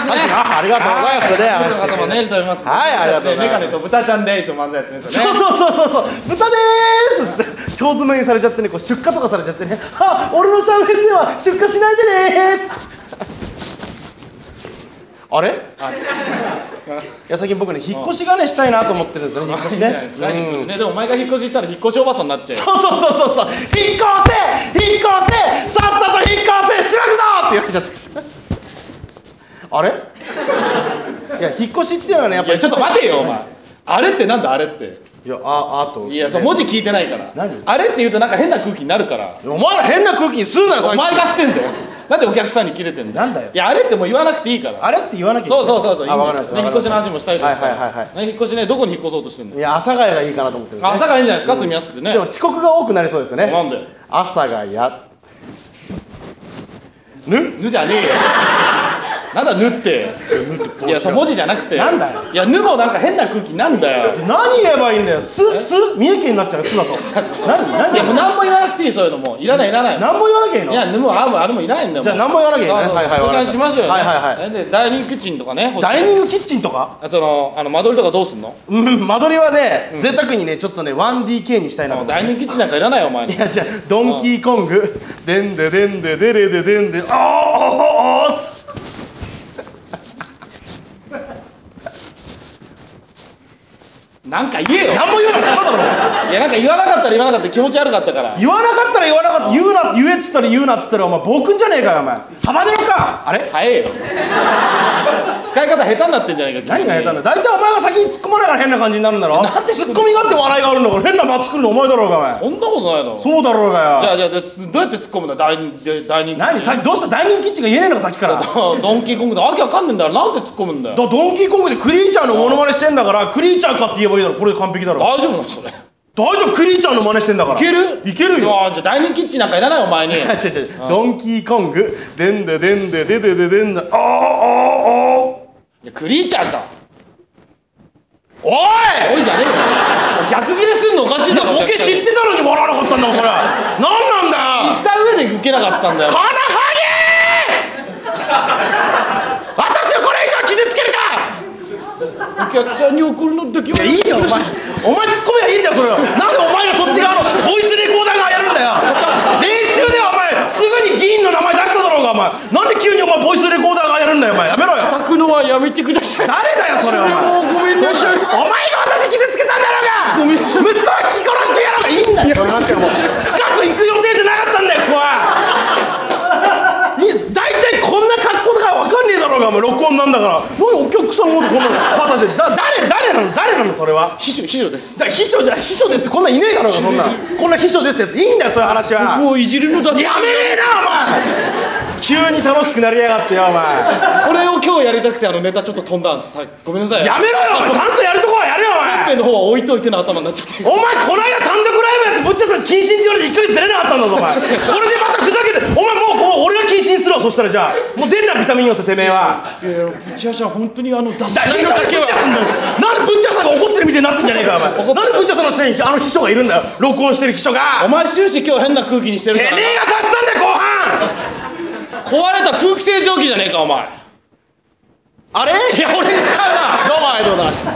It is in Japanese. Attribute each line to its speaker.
Speaker 1: りがとうございますね
Speaker 2: はいゲストの方もねいると思います
Speaker 1: はいありがとうございます
Speaker 2: メガネと豚ちゃんでいつも漫才やってるんですよ
Speaker 1: そう
Speaker 2: ね
Speaker 1: そうそうそうそう豚でーすっつって腸詰めにされちゃってねこう出荷とかされちゃってねあ俺のシャーベッセは出荷しないでねーっつってあれいや最近僕ね引っ越しがねしたいなと思ってるんですよね引っ越し
Speaker 2: いい
Speaker 1: ね
Speaker 2: んじゃないですか引っ越し
Speaker 1: うん
Speaker 2: ねでもお前が引っ越ししたら引っ越しおばさんになっちゃうよ
Speaker 1: そうそうそうそうそう引っ越せ引っ越せさっさと引っ越せしまくぞって言われちゃったあれいや引っ越しっていうのはねやっ
Speaker 2: い
Speaker 1: ぱ
Speaker 2: や
Speaker 1: り
Speaker 2: ちょっと待てよお前あれってなんだあれって
Speaker 1: いやああと
Speaker 2: いやそう文字聞いてないから
Speaker 1: 何
Speaker 2: あれって言うとなんか変な空気になるから
Speaker 1: お前ら変な空気にすんなよさっ
Speaker 2: お
Speaker 1: き
Speaker 2: 前がしてんだよなんでお客さんに切れてんだ
Speaker 1: なんだよ
Speaker 2: いやあれってもう言わなくていいから
Speaker 1: あれって言わなきゃいけな
Speaker 2: そ
Speaker 1: いう
Speaker 2: そうそうそういい
Speaker 1: あ
Speaker 2: ん
Speaker 1: わ
Speaker 2: で
Speaker 1: かりますした
Speaker 2: よね引っ越しの話もしたいです
Speaker 1: は
Speaker 2: か
Speaker 1: いはい
Speaker 2: ら
Speaker 1: はいはい
Speaker 2: ね引っ越しねどこに引っ越そうとしてんの
Speaker 1: いや朝がやがいいかなと思ってるんですね
Speaker 2: 朝がいいんじゃないですか住みやすくてね
Speaker 1: でも遅刻が多くなりそうですよね
Speaker 2: なんで
Speaker 1: 朝がやぬ
Speaker 2: ぬじゃねえよなんだぬっていやそう文字じゃなくて
Speaker 1: なんだよ
Speaker 2: いやぬもなんか変な空気なんだよ
Speaker 1: 何言えばいいんだよつ
Speaker 2: え
Speaker 1: つ三重県になっちゃうつだと何何
Speaker 2: いやもう何も言わなくていいそういうのもいらないいらない
Speaker 1: 何も言わなきゃいいの
Speaker 2: いや、でも、あもあれもいないんだもん。
Speaker 1: じゃあ何も言わなきゃいいね
Speaker 2: そうそう
Speaker 1: はいはい
Speaker 2: 保
Speaker 1: わかりま
Speaker 2: 管
Speaker 1: した
Speaker 2: しましょうよ、ね。。
Speaker 1: はいはいはい
Speaker 2: で、ダイニングキッチンとかね。
Speaker 1: ダイニン
Speaker 2: グ。
Speaker 1: グキッチンとか
Speaker 2: あその、あの、間取りとかどうすんの。
Speaker 1: うん間取りはね、贅沢にねちょっとね 1DK にしたいなと
Speaker 2: も
Speaker 1: 思
Speaker 2: う
Speaker 1: って
Speaker 2: ダイニングキッチンなんかいらないよ、お前に。
Speaker 1: いやじゃあドンキーコングでんででんででれででんであーおーおーおーっつ
Speaker 2: なんか言えよ。
Speaker 1: 何も言うなっつっただろ
Speaker 2: いや、なんか言わなかったら、言わなかったら、気持ち悪かったから。
Speaker 1: 言わなかったら言わなかった言うな言えっつったら言うなっつったらお前暴君じゃねえかよお前浜出ろかあれ
Speaker 2: 早えよ。使い方下手になってんじゃないか。
Speaker 1: 何が下手なん
Speaker 2: だ。
Speaker 1: だ大体お前が先に突っ込まないから変な感じになるんだろ
Speaker 2: なんで
Speaker 1: 突っ込みがあって笑いがあるんだから変な間作るのお前だろうがお前
Speaker 2: そんなことないだろ。
Speaker 1: そうだろう
Speaker 2: じゃ
Speaker 1: がよ
Speaker 2: あ、じゃあ、じゃあ、つどうやって突っ込むんだ、ダイニング、ダイニング。
Speaker 1: 何さっきどうしたダイニングキッチンが言えねえのかさっき から
Speaker 2: ドドンキーコングで、わけわかんねえんだよ。なんで突っ込むんだよ。
Speaker 1: だドンキーコングでクリーチャーのモノマネしてんだからクリーチャーかって言えばいいだろこれで完璧だろ
Speaker 2: 大丈夫なの、それ。い
Speaker 1: 大丈夫クリーチャーの真似してんだから
Speaker 2: ける。
Speaker 1: いけるよ
Speaker 2: あーじゃあ、ダイニングキッチンなんかいらない、お 前に。
Speaker 1: 違う違う違うドンキーコングでんででんでででででんであーあーあー
Speaker 2: いやクリーチャーか。
Speaker 1: お
Speaker 2: おいじゃねえよ逆ギレすんのおかしいだろ
Speaker 1: いボケ知っ
Speaker 2: 絶
Speaker 1: てたのに笑わなかったんだもんそれ何
Speaker 2: 対
Speaker 1: なんだよ
Speaker 2: 知った上で受けなかったんだよ
Speaker 1: このハゲー私をこれ以上傷つけるか
Speaker 2: お客さんに送るのだけはい
Speaker 1: やいいよお前お前ツッコミはいいんだよそれはなんでお前がそっち側のボイスレコーダーがやるんだよ練習ではお前すぐに議員の名前出しただろうがお前なんで急にお前ボイスレコーダーがやるんだよお前やめろよ
Speaker 2: 書くのはやめてくだ さい
Speaker 1: 誰だよそれお前
Speaker 2: もうごめんなさ
Speaker 1: お
Speaker 2: い
Speaker 1: 前が私傷つけたんだろうが
Speaker 2: ごめんなさい
Speaker 1: 息子を引き殺してやろうがいいんだよその話はもう深く行く予定じゃなかったんだよここはいや大体こんな格好だから分かんねえだろうがお前録音なんだから何お客さんごとこんなの果たしてだ誰誰なの誰なのそれは
Speaker 2: 秘書秘書です
Speaker 1: だから秘書じゃ秘書ですってこんなんいねえだろうがそんなんこんな秘書ですってやついいんだよそういう話は
Speaker 2: 僕をいじるのだけ
Speaker 1: やめねえなお前急に楽しくなりやがってよお前
Speaker 2: これを今日やりたくてあのネタちょっと飛んだんですさごめんなさい
Speaker 1: やめろよお前ちゃんとやるとこはやれよお前
Speaker 2: 本編の方は置いといての頭になっちゃって
Speaker 1: お前この間単独ライブやってぶっちゃさん謹慎って言われて1ヶ月出れなかったんだぞお前 これでまたふざけてお前もうもう俺が謹慎するわそしたらじゃあもう出んなビタミンよせてめえはい
Speaker 2: やいやぶちゃしゃ本当にあの出し
Speaker 1: じゃあ秘書がぶっちゃさんだよなんでぶっちゃさんが怒ってるみたいになってんじゃねえかお前なんでぶっちゃさんの下にあの秘書がいるんだよ録音してる秘書
Speaker 2: お
Speaker 1: が
Speaker 2: 前終始今日変な空気にしてる
Speaker 1: てめ
Speaker 2: か
Speaker 1: え
Speaker 2: らな
Speaker 1: が刺したんだよ後半
Speaker 2: 壊れた空気清浄機じゃねえかお前
Speaker 1: あれいや俺に使うなどうもありがとうございました